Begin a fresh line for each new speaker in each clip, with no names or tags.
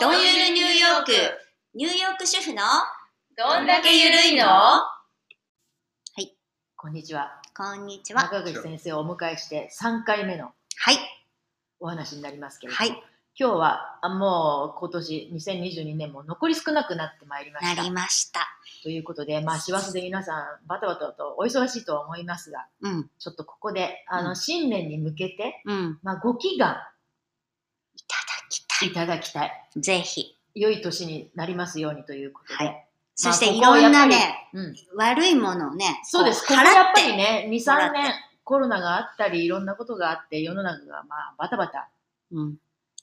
どんゆるニューヨーク、ニューヨーク主婦の
どんだけゆるいのはい。こんにちは。
こんにちは。
中口先生をお迎えして3回目の
はい。
お話になりますけれども、
はい。
今日はあもう今年2022年も残り少なくなってまいりまし
な
た
り。ました。
ということで、まあ、師走で皆さんバタバタとお忙しいとは思いますが、
うん。
ちょっとここであの、
うん
新年に向けて、
うん。
まあ、ご祈願
いただきたい。
いただきたい。
ぜひ。
良い年になりますようにということで。
はそして
まあ
いろんなね、、
ここをやっぱりうん、
悪いものをね、
そうです。こ
こ
こ
う
や
払
っ
っ
ぱ
て、
りね、2、
払っ
3
て
年コロナがあったり、いろんなことがあって、世の中がまあバタバタ。
うん。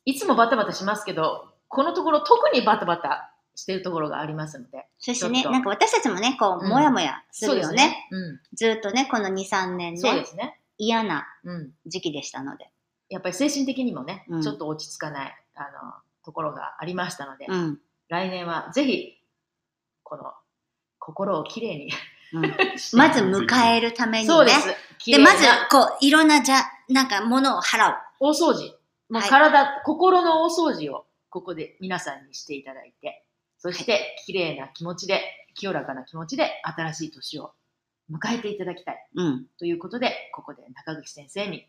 いつもバタバタしますけど、このところ特にバタバタしてるところがありますので。
そしてね、
ちょっと
なんか私たちもね、こう、
うん
もやもやするよね。。
うん。
ずーっとね、この2、3年
そう
ね
で、すね。
嫌な
うん。
時期でした ので。
やっぱり精神的にもね、
うん
ちょっと落ち着かない、あの、ところがありましたので、
うん。
来年はぜひ、この、心をきれいに。
うん、まず迎えるためにね。
そうです。綺
で、
麗な
まず、こう、いろんな、じゃ、なんか、ものを払う。
大掃除。もう体、心の大掃除をここで皆さんにしていただいて、そして綺麗な気持ちで、清らかな気持ちで新しい年を迎えていただきたい
うん。
ということで、ここで中口先生に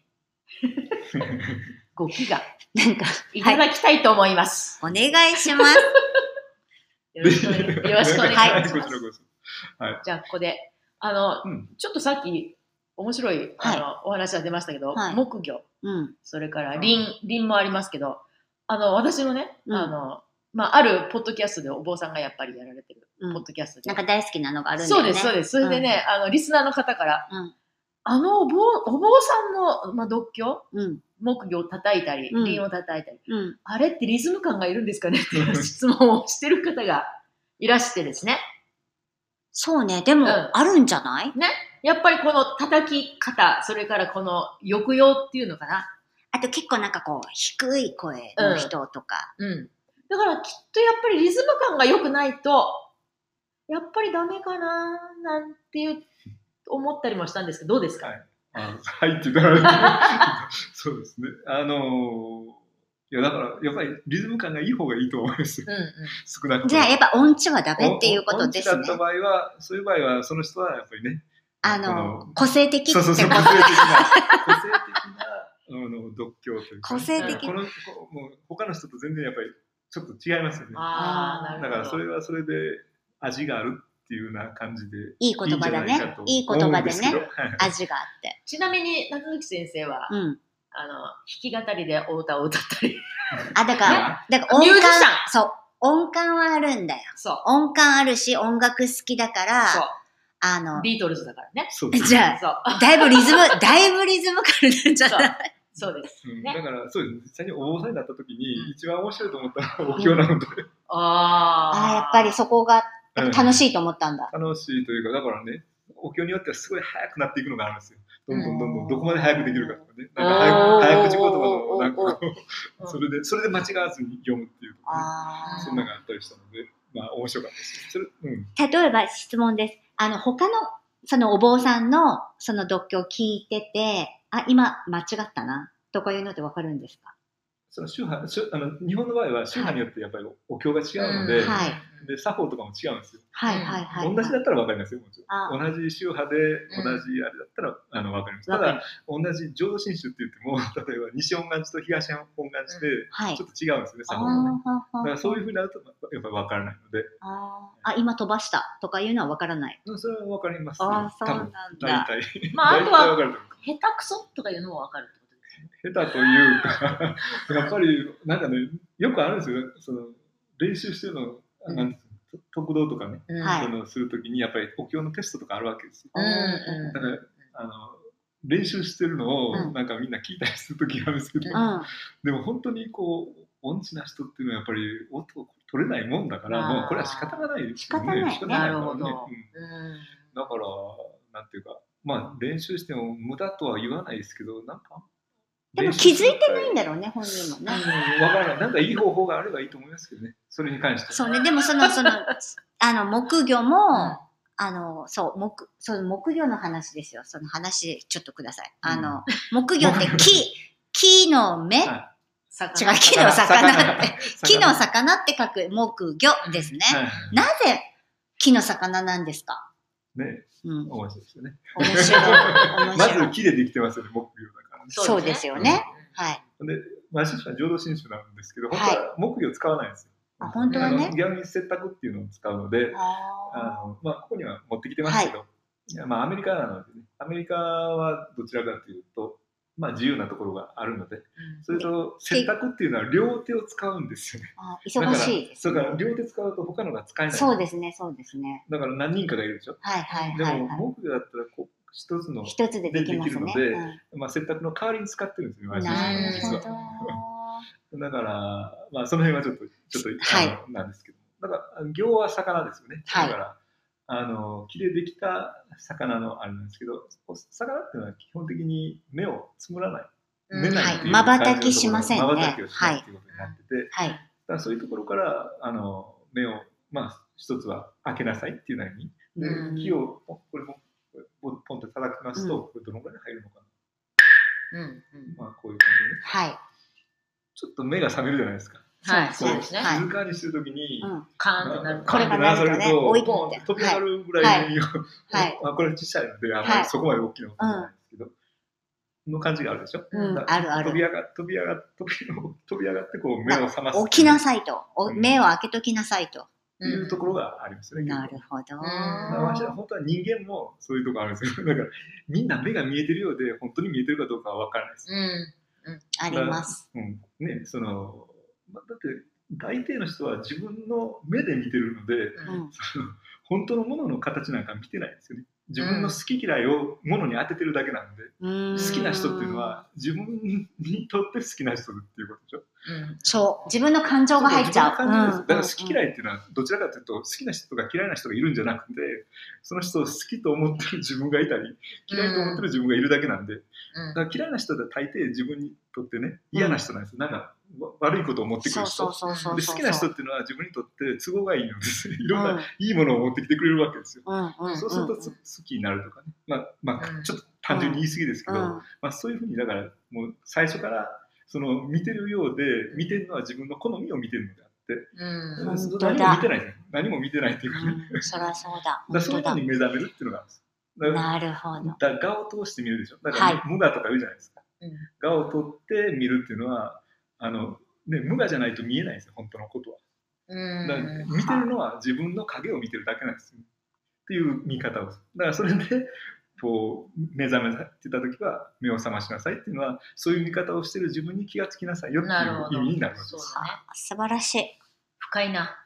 ご祈願
なんか、
いただきたいと思います。
お願いします。
よろしくお願いよろしくお願いし
こ
ま
ちら
す。
こそ。
じゃあここで、あの、
うん
ちょっとさっき面白いあの、お話が出ましたけど、
はい
木魚。
うん。
それから
うん
林、林もありますけど、あの、私のね、
うん
あの、まあ、あるポッドキャストでお坊さんがやっぱりやられてる、
うん
ポッドキャストで。
なんか大好きなのがあるんだ
そ
よ
う
ね。
です、そうです。それでね、あの、リスナーの方から、
うん
あのお坊、お坊さんの、まあ、独居
うん。
木魚を叩いたり、
うん
林を叩いたり、
うん。
あれってリズム感がいるんです かねっていう質問をしてる方がいらしてですね。
そうね。でも、
うん
あるんじゃない
やっぱりこの叩き方、それからこの抑揚っていうのかな。
あと結構なんかこう、低い声の人とか。
うん。だからきっとやっぱりリズム感が良くないと、やっぱりダメかななんていう、思ったりもしたんですけど、どうですか、
はいあはいって言ったら、そうですね。あのーいやだから、やっぱりリズム感がいい方がいいと思います。
うんうん。
少なくとも。
じゃあ、やっぱ音痴はダメっていうことです
音
ね
痴だっ。た場合は、そういう場合は、その人はやっぱりね、
あ
あ
の
の、
個性的って
そう
こ
そうそう、個
と
性的な、個性的な、あの、独協というか、
個性
的
この、こもう他の人と全然やっぱり、ちょっと違いますよね。
ああ、な
だ
るほど。
から、それはそれで、味があるっていうような感じで、
いい言葉だ
いいんじゃない
ね
かと。
いい言葉で
思うんすけ
ね
ど。はい
味があって。
ちなみに、中口先生は、
うん。
あの、弾き語りでお歌を歌った り。
あ、だから、だから
ミ
音
ュージシャン
感、そう。音感はあるんだよ。
そう。
音感あるし、音楽好きだから、
そう。
あの、
ビートルズだからね。
そうです
じゃ
そう。
あ、だいぶリズム、だいぶリズム感なんじゃ
そう
ない。
そうです。
うん
ね
だから、そうです。実際にお坊さんになった時に
うん、
一番面白いと思ったのはお経なので、
あ
あ
あ
あ、。やっぱりそこがやっぱ楽
い。
しいと思ったんだ。
楽しいというか、だからね、お経によってはすごい速くなっていくのがあるんですよ。どんどんどんど
うん
ん、どこまで速くできるかとかね。
うん
なんか
おー
早く、早口言葉の、なんかこ
うん
う、 それで、それで間違わずに読むっていうとかね、
あ
そんなのがあったりしたので、まあ、面白かったです。それ、うん。
あ。例えば質問です。あの、他の、そのお坊さんの、その独居を聞いてて、あ、今、間違ったな、とかいうのってわかるんですか
その宗派、宗あの日本の場合は宗派によってやっぱりお経が違うので、
うん
はい
で、作法とかも違うんですよ。
はいはいはいはい。
同じだったら分かりますよ、もちろん。同じ宗派で、
ん
同じあれだったら、あの分かります。
わ
た
かる
だ、同じ浄土真宗って言っても、 例えば西本願寺と東本願寺で、
はい
ちょ。っと違うんですよ
あー
ね、作法がね。
あ
だ
ー
からそういうふうになると、やっぱ分からないので、
あーあ、今飛ばしたとかいうのはわからない。
うんそれは分かりますよ。
ああ、そう
多
なん
分大
だ。
体、
まあ、あ
大
と
体分
は、
かると思
下手くそとかいうのもわかるってことですね。
う。下手というか、 やっぱり、なんかね、よくあるんですよ、その練習してるの、
うん
なんていうの特道とかね、
うん
はい
そのするときに、やっぱりお経のテストとかあるわけですよ。
うんうん
だからあの練習してるのを
うん
なんかみんな聞いたりする時があるんですけど、
う
うん。
でも本当にこう音痴な人っていうのはやっぱり音取れないもんだから
あー
もうこれは仕方がないですよ
仕方ない
仕方ないからね
なるほど
うん
うん
だからなんていうかまあ練習しても無駄とは言わないですけどなんか
でも気づいてないんだろうね、本人もね。
わからない。なんかいい方法があればいいと思いますけどね。それに関しては。
そうね、でもその、 その、あの、木魚も、あの、そう、木、その木魚の話ですよ。その話、ちょっとください。あの、木魚って木、木の芽違う
は、
魚
木の魚って、
て。
木の魚って書く木魚ですね。
はい
なぜ木の魚なんですか
ね、
うん。
面白いですよね。
面白い。面
ま
白
ず
い。
木でできてますよね、木魚だからね。
そうですよね。はい。
で、まあ、新種は浄土真宗なんですけど、
はい
本当は木魚使わないんですよ。
あ本当はね
あの逆に接託っていうのを使うので、
あ
あのまあ、ここには持ってきてますけど、いやまあ、アメリカなのでね、アメリカはどちらかというと、まあ、自由なところがあるので、それと接託っていうのは両手を使うんですよね。
ーあー、忙しいですね、
だから、だから両手使うと他のが使えない。
そうですね、そうですね。
だから何人かがいるでしょ。
はいはい
で
はい、
も、
は
木魚だったらこう、一つの
い。、一つでできますね。
でできる
うん
まあ、接託の代わりに使ってるんですよね、
な
る
実
るほ
は
ど。
だから、まあ、その辺はちょっと、ちょっと、
はい
あのなんですけど、だから、行は魚ですよね。
はい
だから、あの、木でできた魚のあれなんですけど、お魚っていうのは基本的に目をつむらない。
うん
目ないっていう
はい
感じのところ
瞬きしませんね
瞬きをしないっていうことになってて、だ
はい。
からそういうところから、あの、目を、まあ、一つは開けなさいっていうのに、で
うん
木を、これも、ポンポンと叩きますと、これどのぐらい入るのか
うんうん
な。まあ、こういう感じでね。
はい。
ちょっと目が覚めるじゃないですか。
はい、
そう
そうですね。
はい
静かにしてるときに、
うん。
カーンってなる。
これがなるとね追い込
ポン
んで
飛び上がるぐらいに、
はい。
あこれ小さいので、あんま
は
り
い
そこまで大きなことじゃないですけど、の感じがあるでしょ。
うん
だ
あるある
飛び上が飛び上が飛び飛び上がってこう目を覚ます。
起きなさいと。
う
お
ん
目を開けときなさいと。
というところがありますよね。
なるほど。
だから私は本当は人間もそういうところあるんですよ。だからみんな目が見えてるようで本当に見えてるかどうかは分からないです。
うん。
あります。
うんね、そのまだって大抵の人は自分の目で見てるので、
う
うん
ん。
その 本当のものの形なんか見てないんですよね。自分の好き嫌いをものに当ててるだけなんで、
うん
好きな人っていうの。は自分にとって好きな人っていうことでしょ。
うん
そう。自分の感情が入っちゃ
そう自分の感じです
う。
だから好き嫌
い。
いっていうのはどちらかというと好きな人とか嫌いな人がいるんじゃなくて、その人を好きと思ってる自分がいたり、嫌いと思ってる自分がいるだけなんで、だから嫌いな人って大抵自分にとってね、嫌な人なんですよ。なんかわ悪いことを持ってく
そ
る
うそ
人
う。そうそう。
で好きな人
う
っていうのは自分にとって都合がいいのです ね。いろん
ん
な、いいものを持ってきてくれるわけですよ。
うんうん。
そうすると
うん
つ好きになるとかね、まあまあ、
うん
ちょっと単純に言い過ぎですけど、
うん
まあ、そういうふうにだからもう最初からその見てるようで見てるのは自分の好みを見てるのであって
うん
本当だ
何も見てないです何も見てないっていうか,、ね
うんそりゃそうだ。
だからそうい
本
う
当
のに目覚めるっていうのがあるんですだ
だ。
から
なるほど。
だから画を通して見るでしょだから、
は
無我とか言うじゃないですか
うん
画を撮って見るっていうのはあの、ね、無我じゃないと見えないんですよ本当のことは
うん
だから見てるのは自分の影を見てるだけなんですよ。っていう見方をする。だからそれでこう目覚めてた時は目を覚ましなさいっていうのはそういう見方をしてる自分に気がつきなさいよって
なるほ
い
ど
う意味になるわけで
そう
す。
だね。
あ素晴らしい。
深いな。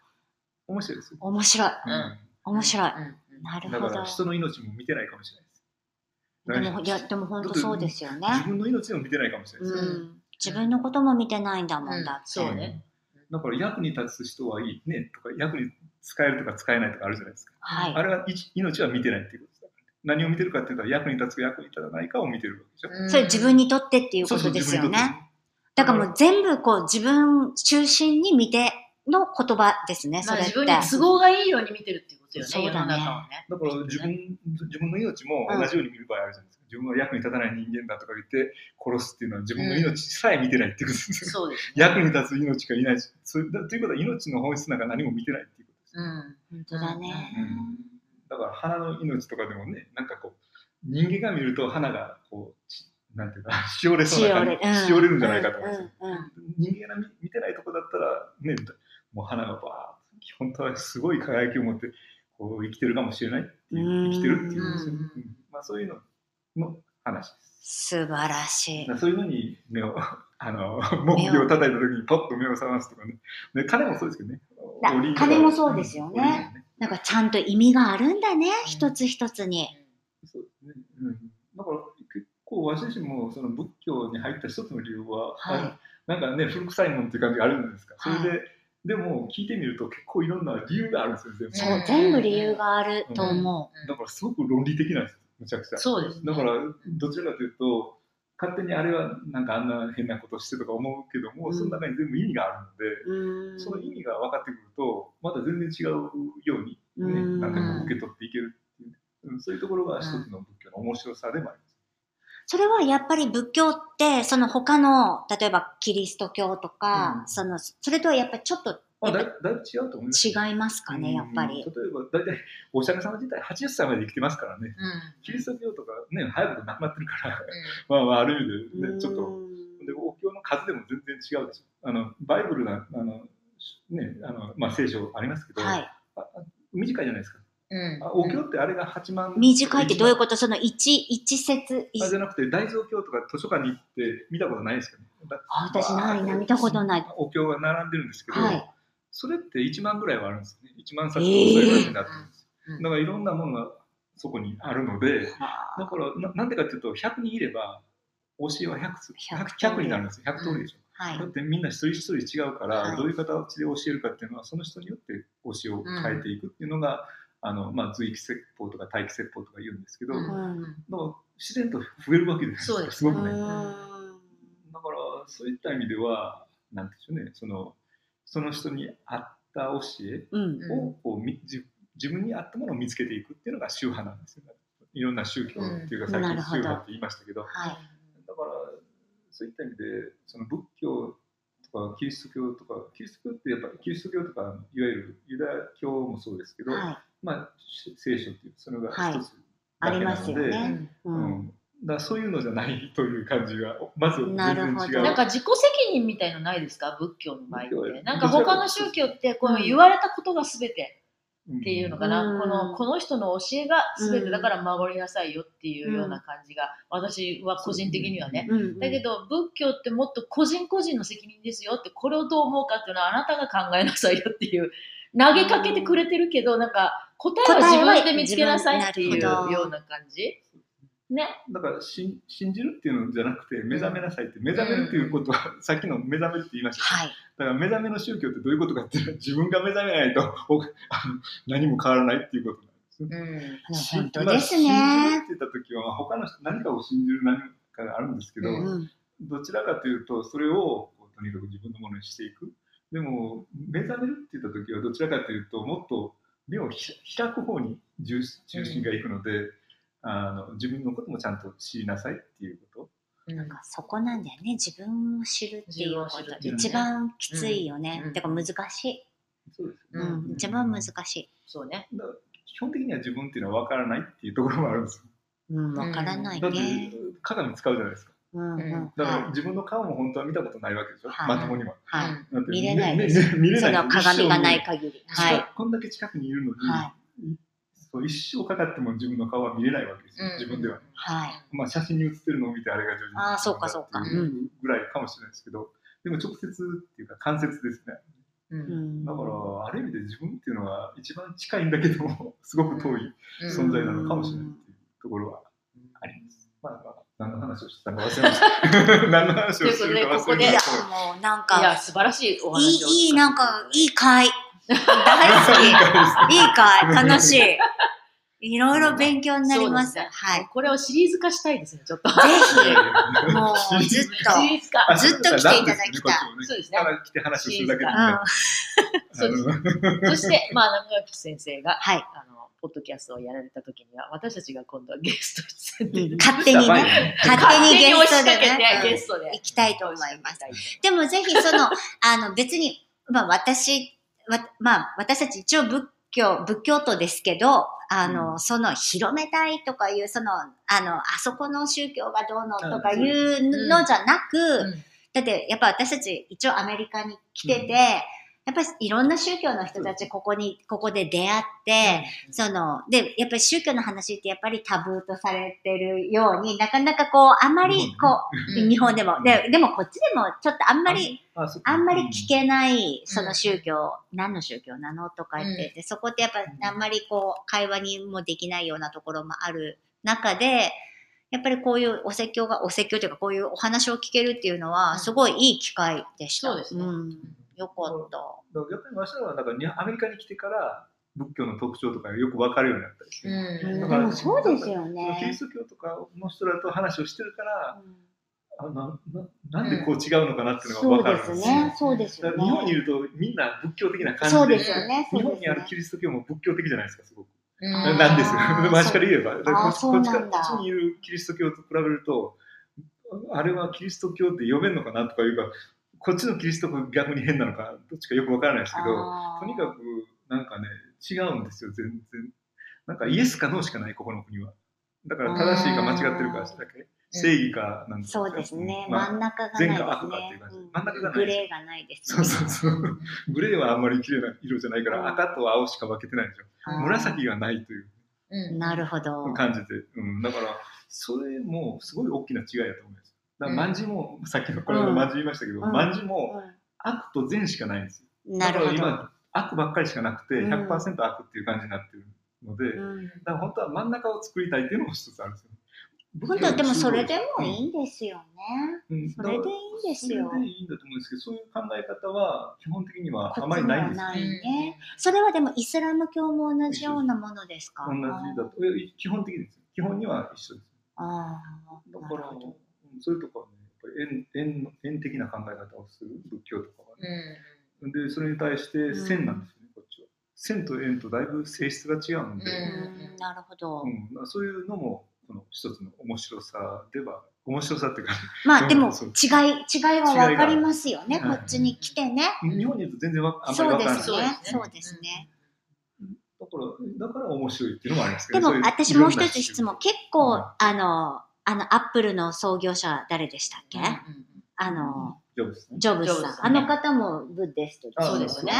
面白いですよ。
面白い。
うん
面白い。
うん
なる
だ
ほ
か
ど
ら。人の命も見てないかもしれ
で
ないです。
も、いや、でも本当そうですよね。
自分の命も見てないかもしれないです。
うん、自分のことも見てないんだもんだって、
そうね
だから役に立つ人はいいねとか役に使えるとか使えないとかあるじゃないですか。
はい
あれは一命は見てないっていうことですだから何を見てるかっていうと役に立つか役に立たないかを見てるわけでしょ。
うん
それ自分にとってっていう
そ
こ
うそ
と
う
で
自
す
分
よ
にとって
ねだからもう全部こう自分中心に見ての言葉ですね、
まあ
それっ
自
て、
分に都合がいいように見てるっていうことよね。
そうだね
世の中をね。
だから自分自分の命も同じように見る場合あるじゃないですか、自分は役に立たない人間だとか言って殺すっていうのは自分の命さえ見てないっていうことです、よ
そうですね。
役に立つ命がいないしそれだということは命の本質なんか何も見てないっていうことですよ、
うん。
本当だね、
だから花の命とかでもねなんかこう人間が見ると花がこうしなんていうかしおれそうな感じしおれるんじゃないかと思います、
うんうんうん
人間が見見てないとこだったらねもう花がバーッと本当はすごい輝きを持ってこう生きてるかもしれないっていう
うん
生きてるっていうんですよね、
うん
うんまあ、そういうのの話です
素晴らしい
だからそういうのに目を あの目標を叩いた時にポッと目を覚ますとかねで金もそうですけどね
だ
檻とか
金もそうですよね
檻とか
なんかちゃんと意味があるんだね、一つ一つに
そうですね、うん、だから結構私自身もその仏教に入った一つの理由は、
はい
あなんかね古臭いもんっていう感じがあるじゃないですか、
はい
それででも聞いてみると結構いろんな理由があるんですよ全部
ん
そう全部理由があると思う、
だからすごく論理的なんですよむちゃくちゃ
そうですね。
だからどちらかというと勝手にあれはなんかあんな変なことしてとか思うけども、その中に全部意味があるので、その意味が分かってくると、また全然違うように、ね、なんかこう受け取っていけるっていうね、うんそういうところが一つの仏教の面白さでもあります。
それはやっぱり仏教って、その他の、例えばキリスト教とか、
うん
その、それとはやっぱりちょっと
まあ、だいだいぶ違うと思います。
違いますかね、やっぱり
うん。例えば、大体、お釈迦様自体80歳まで生きてますからね。キリスト教とかね、早く亡くなってるから、 まあまあ、ある意味で、ね、ちょっと、で、お経の数でも全然違うでしょ。あの、バイブルが、あの、ね、あの、まあ、聖書ありますけど、
はい。
短いじゃないですか。
うん
あお経ってあれが8万。
短いってどういうことその一、一節、い
あじゃなくて、大蔵経とか図書館に行って見たことないですかね。だ
あ私ないな、見たことない。。
お経が並んでるんですけど、
はい
それって1万ぐらいはあるんですよね。1万冊のそういう話になってるんです
えー
よ。だからいろんなものがそこにあるので、
はあ
だからななんでかっていうと、100人いれば、教えは 100, つ 100, 100になるんですよ。100通りでしょ。
はい
だっ。てみんな一人一人違うから、
はい
どういう形で教えるかっていうのは、その人によって教えを変えていくっていうのが、あの、まあ、随気説法とか待機説法とか言うんですけど、
う
だか
ん
ら自然と増えるわけです
そうです
すごくね。
うん
だからそういった意味ではなんて言うんでしょうねそのその人に合った教え
うん。
をこう、み自自分に合ったものを見つけていくっていうのが宗派なんですよねいろんな宗教っていうか、
うん
最
な
近
る
宗
ほど
派って言いましたけど、
はい。
だからそういった意味でその仏教とかキリスト教とかキリスト教ってやっぱりキリスト教とかいわゆるユダヤ教もそうですけど、
はい。
まあし聖書っていうそれが
はい
一つ
あ
だ
り
けなので、
ますよね。う。
うんん、だからそういうのじゃないという感じがまず全
なる
然
ほど
違う
なんか自己責任みたいのないですか仏教の場合っ
仏教
て。
は
なんか他の宗教ってこ
う
うん言われたことが全て
っ
っていうのかな、
うん
このこの人の教えが全
う
て
ん
だから守りなさいよっていうような感じが私は個人的にはね。
うんうん
だけど仏教ってもっと個人個人の責任ですよってこれをどう思うかっていうのはあなたが考えなさいよっていう投げかけてくれてるけどなんか答えは自分で見つけなさいっていうような感じ。ね。
だから信信じるっていうのじゃなくて目覚めなさいって目覚めるっていうことは、 さっきの目覚めるって言いました、
はい。
だから目覚めの宗教ってどういうことかっていうのは自分が目覚めないと おあの何も変わらないっていうことなんですね。
うん
あの
信
本当です
まあ信
ね。
じるって言った時はまあ他の人何かを信じる何かがあるんですけど、
う
うん。
どちらかというとそれをこうとにかく自分のものにしていく。でも目覚めるって言った時はどちらかというともっと目をひ開く方に重重心がいくので、あの自分のこともちゃんと知りなさいっていうこ
う
と。
ん
そこなんだよね。自分を知るっていうことって一番きついよね
う。ん
てか難しい。
そうです
う
よね
ん。一番難しい。
そうね。
だから基本的には自分っていうのは分からないっていうところもあるんですよ。
うん。わからない
だって
ね。
鏡使うじゃないですか。
うん。うん。
だから
は
自分の顔も本当は見たことないわけでしょ、
はい
まともには。
い。は
だって
見れないです
ねね見
い。
れ
そ
ない
の鏡がない
か
限り。はい。
こんだけ近くにいるのに、
はい
そう一生かかっても自分の顔は見れないわけですよ、自分では。
はい。
まあ、写真に写ってるのを見てあれが上手
あーそうかそうか
っていうぐらいかもしれないですけど、でも直接っていうか間接ですね。
う
うんん。
だから、ある意味で自分っていうのは一番近いんだけども、 すごく遠い。存在なのかもしれないっていうところはあります。まあ、まあ、何の話をしてたか忘れ ました。何の話をしてるか
ということ
忘
で
い
れま
や
し、
もうなん
いや、
か、
素晴らしいお
い
話を
い、いい、なんか、いい会。大好
た。
き。いい会。楽しい。いろいろ勉強になります。
そうですね
はい。
これをシリーズ化したいですね、ちょっと。
ぜひ、もうずっと。
シリーズ 化。
ずっと来ていただきたい
そうですね
ただ来て話をするだけで
うん
ね。
そうです
あの
そして、まあ、中垣先生が、
はい。
あの、ポッドキャストをやられた時には、私たちが今度はゲスト出演で、
勝手に
やばい
ね、
ね
勝手にゲ
押し
スト
か
で
け
ね、
て、
うん
ゲストで
行きたいと思います。
す。
でもぜひその、 あの別に、まあ私、わまあ私たち一応仏教、仏教徒ですけど、あの、
う
その広めたいとかいう、その、あの、あそこの宗教がどうのとかいうのじゃなく、
うん
だってやっぱ私たち一応アメリカに来てて、
うん
やっぱりいろんな宗教の人たちここに、ここで出会って、その、で、やっぱり宗教の話ってやっぱりタブーとされてるように、なかなかこう、あんまりこう、日本でも、で、でもこっちでもちょっとあんまり、
あそう
あんまり聞けない、その宗教、何の宗教なのとか言って、でそこってやっぱ
うん
あんまりこう、会話にもできないようなところもある中で、やっぱりこういうお説教が、お説教というかこういうお話を聞けるっていうの
うん
は、すごいいい機会でした。
そうですね
ん。よかった。
だからやっぱりわしらはなんかにアメリカに来てから仏教の特徴とかがよく分かるようになったりして、
うん
だ
で
から
もそうですよ
キリ
ね
ス。ト教とかの人らと話をしてるから、
うん
あなななんでこう違うのかなっていうの
そ
が分
う
か
で
るん
す
ですよ。
ね。そうです
だ
よ
から日本にい
ね。
るとみんな仏教的な感じで
そうですよね。そ
日
う
本にある
で
キリスト教も仏教的じゃないですか、すごく。
うん
あー
なんですよ。
そう
昔から言えば。だからこっち
そう
こっち
な
から
ん
こ
だ
っちにいるキリスト教と比べると、あれはキリスト教って読めんのかなとかいうか、こっちのキリスト教逆に変なのか、どっちかよくわからないですす
ね
け。ど、とに
く。
かくなんかね、違うんですよ、全然。なんかイエスかノーしかない、ここの国は。だから正しいか間違ってるかだけ。正義かなんか
そうですね。
まあ
真ん中がない
善
です
か
ね
悪かっていう感じ
うん
真ん中がない
グレーがないです
そ
ね。
うそうそう。グレーはあんまり綺麗な色じゃないか
うん
ら、赤と青しか分けてないでし
う
ょ。
ん
紫がないという
うん
なるほど。
感じで。うん、だから、それもすごい大きな違いだと思います。だから、まんじも、さっきのこれ
う
も
ん
まんじ言いましたけ
う
ど、
ん
まんじも
う
悪と善しかないんですよ。
んな
だか
るほ
ら
ど。
今、悪ばっかりしかなくて、
うん
100%悪っていう感じになってるので、
うん
だから本当は真ん中を作りたいっていうのも一つあるんですよね。
本当でもそれでもいいんですよね。
うん
それでいいんですよ
それでいいんだと思うんですけど、そういう考え方は基本的には
こ
あ
っ
ま
ち
り
に
ない
は
んですよ
ないね。それはでもイスラム教も同じようなものですか。
同じだと、え基本的ですよ。基本には一緒です。
あ
だ
あ、な
から
るほど。
うんそういうとこはね、やっぱり縁縁の縁的な考え方をする、仏教とかは、ねで、それに対して
ん
線なんですよね、こっちは。線と縁とだいぶ性質が違うんで、
うんなるほど
う。んまあそういうのも、この一つの面白さでは、面白さっていうか、
まあでも
そう
違い違いは分かりますよね。
違い
こ
が
っちに来てね。
日本にいると全然わあんまり
そう
わか
で
らない。
すね。そうですね。
だから、だから面白いっていうのもありますけ
で
ど、
も
そういう
私
いろ
も
ん
う
な
一つ質問。結
うん
構あのあのアップルの創業者誰でしたっけ？あの
ジョブズね
ジョブズ
ジョ
さ
ブズ
ん。
さ
あ
んね
の方もブッデスト
そうですね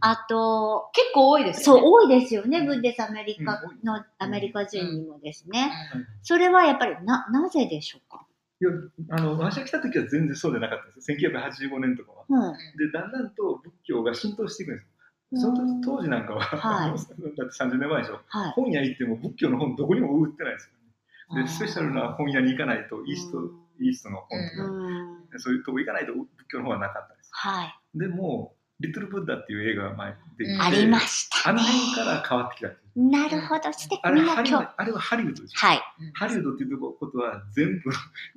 あと
結構多いです
そう
よね。
多いですよね。ブッデスアメリカ
う
のアメリカ人にもですね。
うん
それはやっぱりななぜでしょうか。
いやあの私が来た時は全然そうじゃなかったんですよ1985年とかは。
うん。
でだんだんと仏教が浸透していくんです
うん
よ。その当時なんかは、
はい
だって30年前でしょ
はい。
本屋行っても仏教の本どこにも売ってないですよ、ね、
あー
でスペシャルな本屋に行かないとイーストイーストの本と
う
か、
ん。うん
そういうとこ行かないと仏教の本はなかったです
はい。
でも「リトル・ブッダ」っていう映画が前にできて、
うん
ありました
あ
ね
の。辺から変わってきたんですよ
なるほど。して
あれ
みんな
ハリウ
今
ッ
日
ド。あれはハリウッドですよ
はい。
ハリウッドっていうことは全部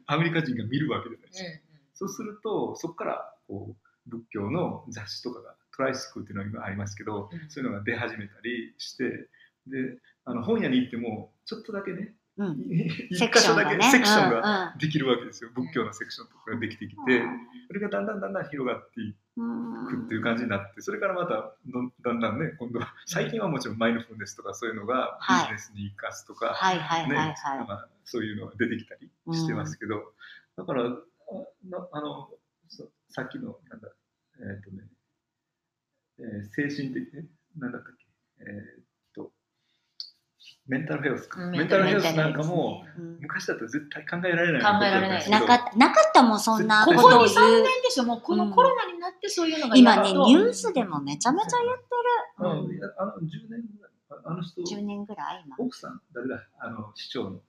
アメリカ人が見るわけじゃないですかそうすると、そこからこう仏教の雑誌とかが、トライスクーっていうのが今ありますけど、
うん
そういうのが出始めたりして、であの本屋に行っても、ちょっとだけね、
うん。セ
一
ク
箇
ショ
所
ン
だ
が
け
ね。
セクションが
が。
できるわけですよ、仏教のセクションとかができてきて、それがだんだんだんだん広がっていくっていう感じになって、それからまたどんだんだんね、今度は、最近はもちろんマインドフルネスとかそういうのがビ
はい
ジネスに生かすとか、
はいはいはい
ね
はい。
なんかそういうのが出てきたりしてますけど、だからあなあのそさっきのなんだえっ、とね、えー精神的ねなんだったっけえーっとメンタルヘルスか、
うん
メンタルヘルス
メンタ
な
ルヘルスね
んかも、
うん
昔だったら絶対考えられない
考えられない
ことだ
な
ったんですけど
かなかったもんそんな
こ
こ
こと
を
2、3
言
年
う。
でしょ、もうこのコロナになってそういうのが
今ね、ニュースでもめちゃめちゃ言
う
っ
ん
て
い
る。
やあの10年ぐらいああの人
10年ぐらい今。
奥さん誰だあの市長の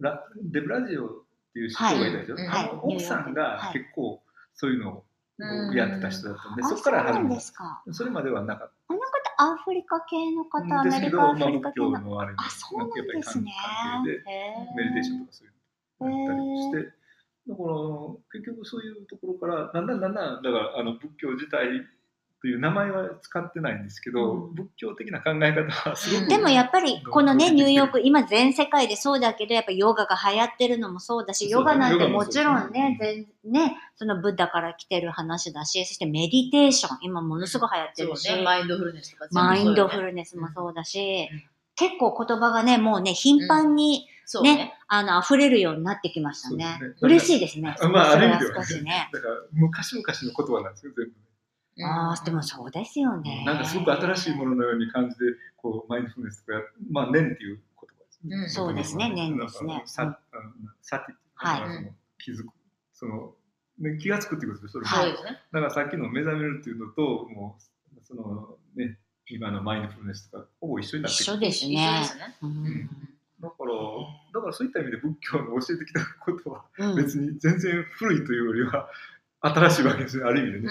ラデブラジオっていう市長がいたでしょ、
はい
あの
はい
奥さんが結構そういうのを
うん
やってた人だったんで、
あ、そ
そこから
うな
始
ん
め
で
た
すか。
それまではなかっ
あの方、アフリカ系の
た
方、ア
んです
メ
け
リ
ど、
カ、
ま
ア
あ、
フリカ
仏
系
教
の。
のあれ
あ、そうなんですね。
やっぱり関係でメディテーションとかそういうのやったりして、だから結局そういうところからだんだんだんだんだからあの仏教自体という名前は使ってないんですけど、
うん
仏教的な考え方はすごく、
でもやっぱりこのねニューヨーク今全世界でそうだけどやっぱヨガが流行ってるのもそうだしヨガなんてもちろんね全ねそのブッダから来てる話だしそしてメディテーション今ものすごく流行ってるし、
ね、マインドフルネスとか、
マインドフルネスもそうだし、結構言葉がねもうね頻繁に
そう
ね,、
ね。
あの溢れるようになってきました
そうで
ね
すね
嬉しいですね
あまあ
それ
あ
は
る意味で
少
は
しね
だから昔々の言葉なんですよ全部。
ああでもそうですよね
なんかすごく新しいもののように感じで、こうマインドフルネスとか、まあ、念っていう言葉ですね。
うん
そうですね念
なん
で
か
すね
さ
うん
あのさて、
はい
なんかその気づく、その、ね、気がつくっていうことですよそ
そ
れ
う
も。
ですね。
だからさっきの目覚めるっていうのと、もう、そのね、今のマインドフルネスとか、ほぼ一緒になって
一
く
緒
る。
です
一緒で
ね
すね。
うん
だから、だからそういった意味で仏教の教えてきたことは、
うん
別に全然古いというよりは、新しいわけですよ、ある意味でね。
ん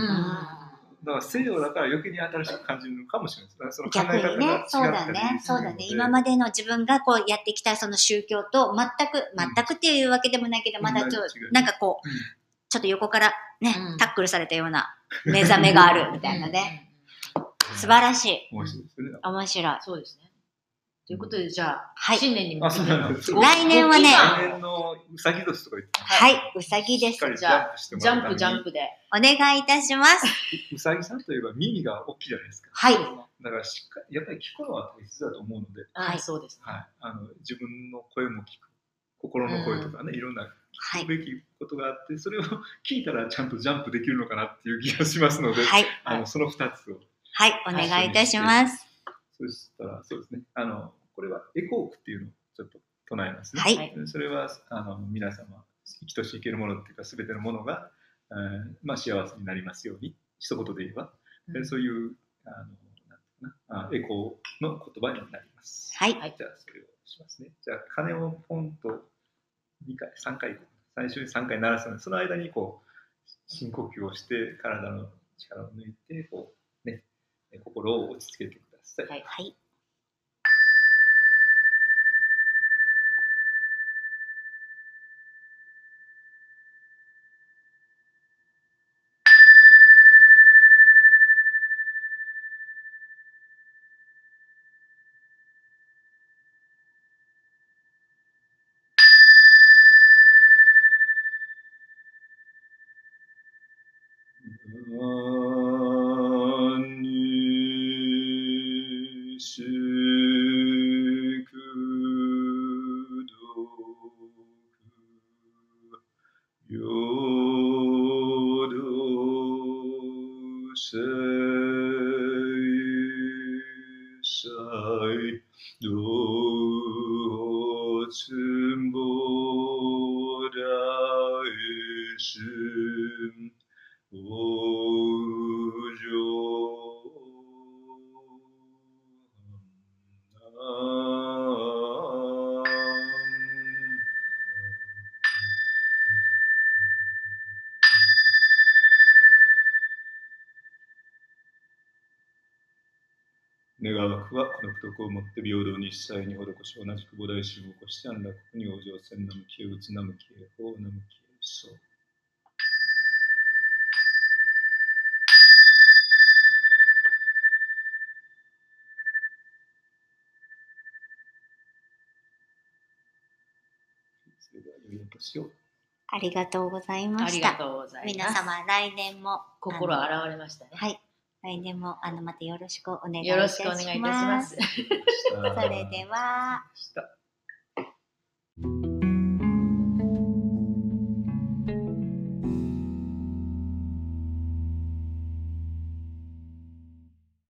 だから西洋だから余計に新しく感じるのかもしれないです。その考
逆
え方
に
が違
ね、そうだ
ったり
ね、そうだね
す。るの
今までの自分がこうやってきたその宗教と全く、全くっていうわけでもないけど、
うん
まだちょっと
全然違、う
なんかこう
うん、
ちょっと横からね
う、ん
タックルされたような目覚めがあるみたいなね。素晴らしい。
面白いですよね。
面白い。
そうですね。ということで、じゃあ、
はい。
新年に向
あ、
けて
そうなん
の
です。
来年はね
来年のうさぎ年とか言って
はい、うさぎで
しっ
す。
かりジャンプしても
ジ
らう
ャンプ、ジ
た
ャ
めに
ンプで。
お願いいたします。
うさぎさんといえば耳が大きいじゃないですか。
はい。
だからしっかり、やっぱり聞くのは大切だと思うので、
はい、そうですね。
はい、あの自分の声も聞く、心の声とかね、いろんな
は
聞く
い。
べきことがあって、それを聞いたらちゃんとジャンプできるのかなっていう気がしますので、
はい。
あのその2つを。
はい。お願いいたします。
そしたら、そうですね、あのこれはエコークっていうのをちょっと唱えますね。
はい。
それはあの皆様、生きとし生けるものっていうか、すべてのものが、えーまあ、幸せになりますように、一言で言えば、
うん
えーそういうあのなんていうかなあエコーの言葉になります。
はい。
はい
じゃあ、それをしますね。じゃあ、鐘をポンと2回、3回、最初に3回鳴らすので、その間にこう、深呼吸をして、体の力を抜いて、こう、ね、心を落ち着けてください。
はい
はい。
Schön. おじょ願わくはこの徳をもって平等に被災に施し同じく菩提心を起こして安楽国往生千なむきへうつなむきへ法なむきへそうそれでは良いお年を
ありがとうございま
あ
し
りが
た。
とうございます。
皆様、来年も。
心
あの
洗われましたね。
はい。来年も、あの、またよろしくお願いいたします。
よろしくお願いいたします。
そ
それでは。
した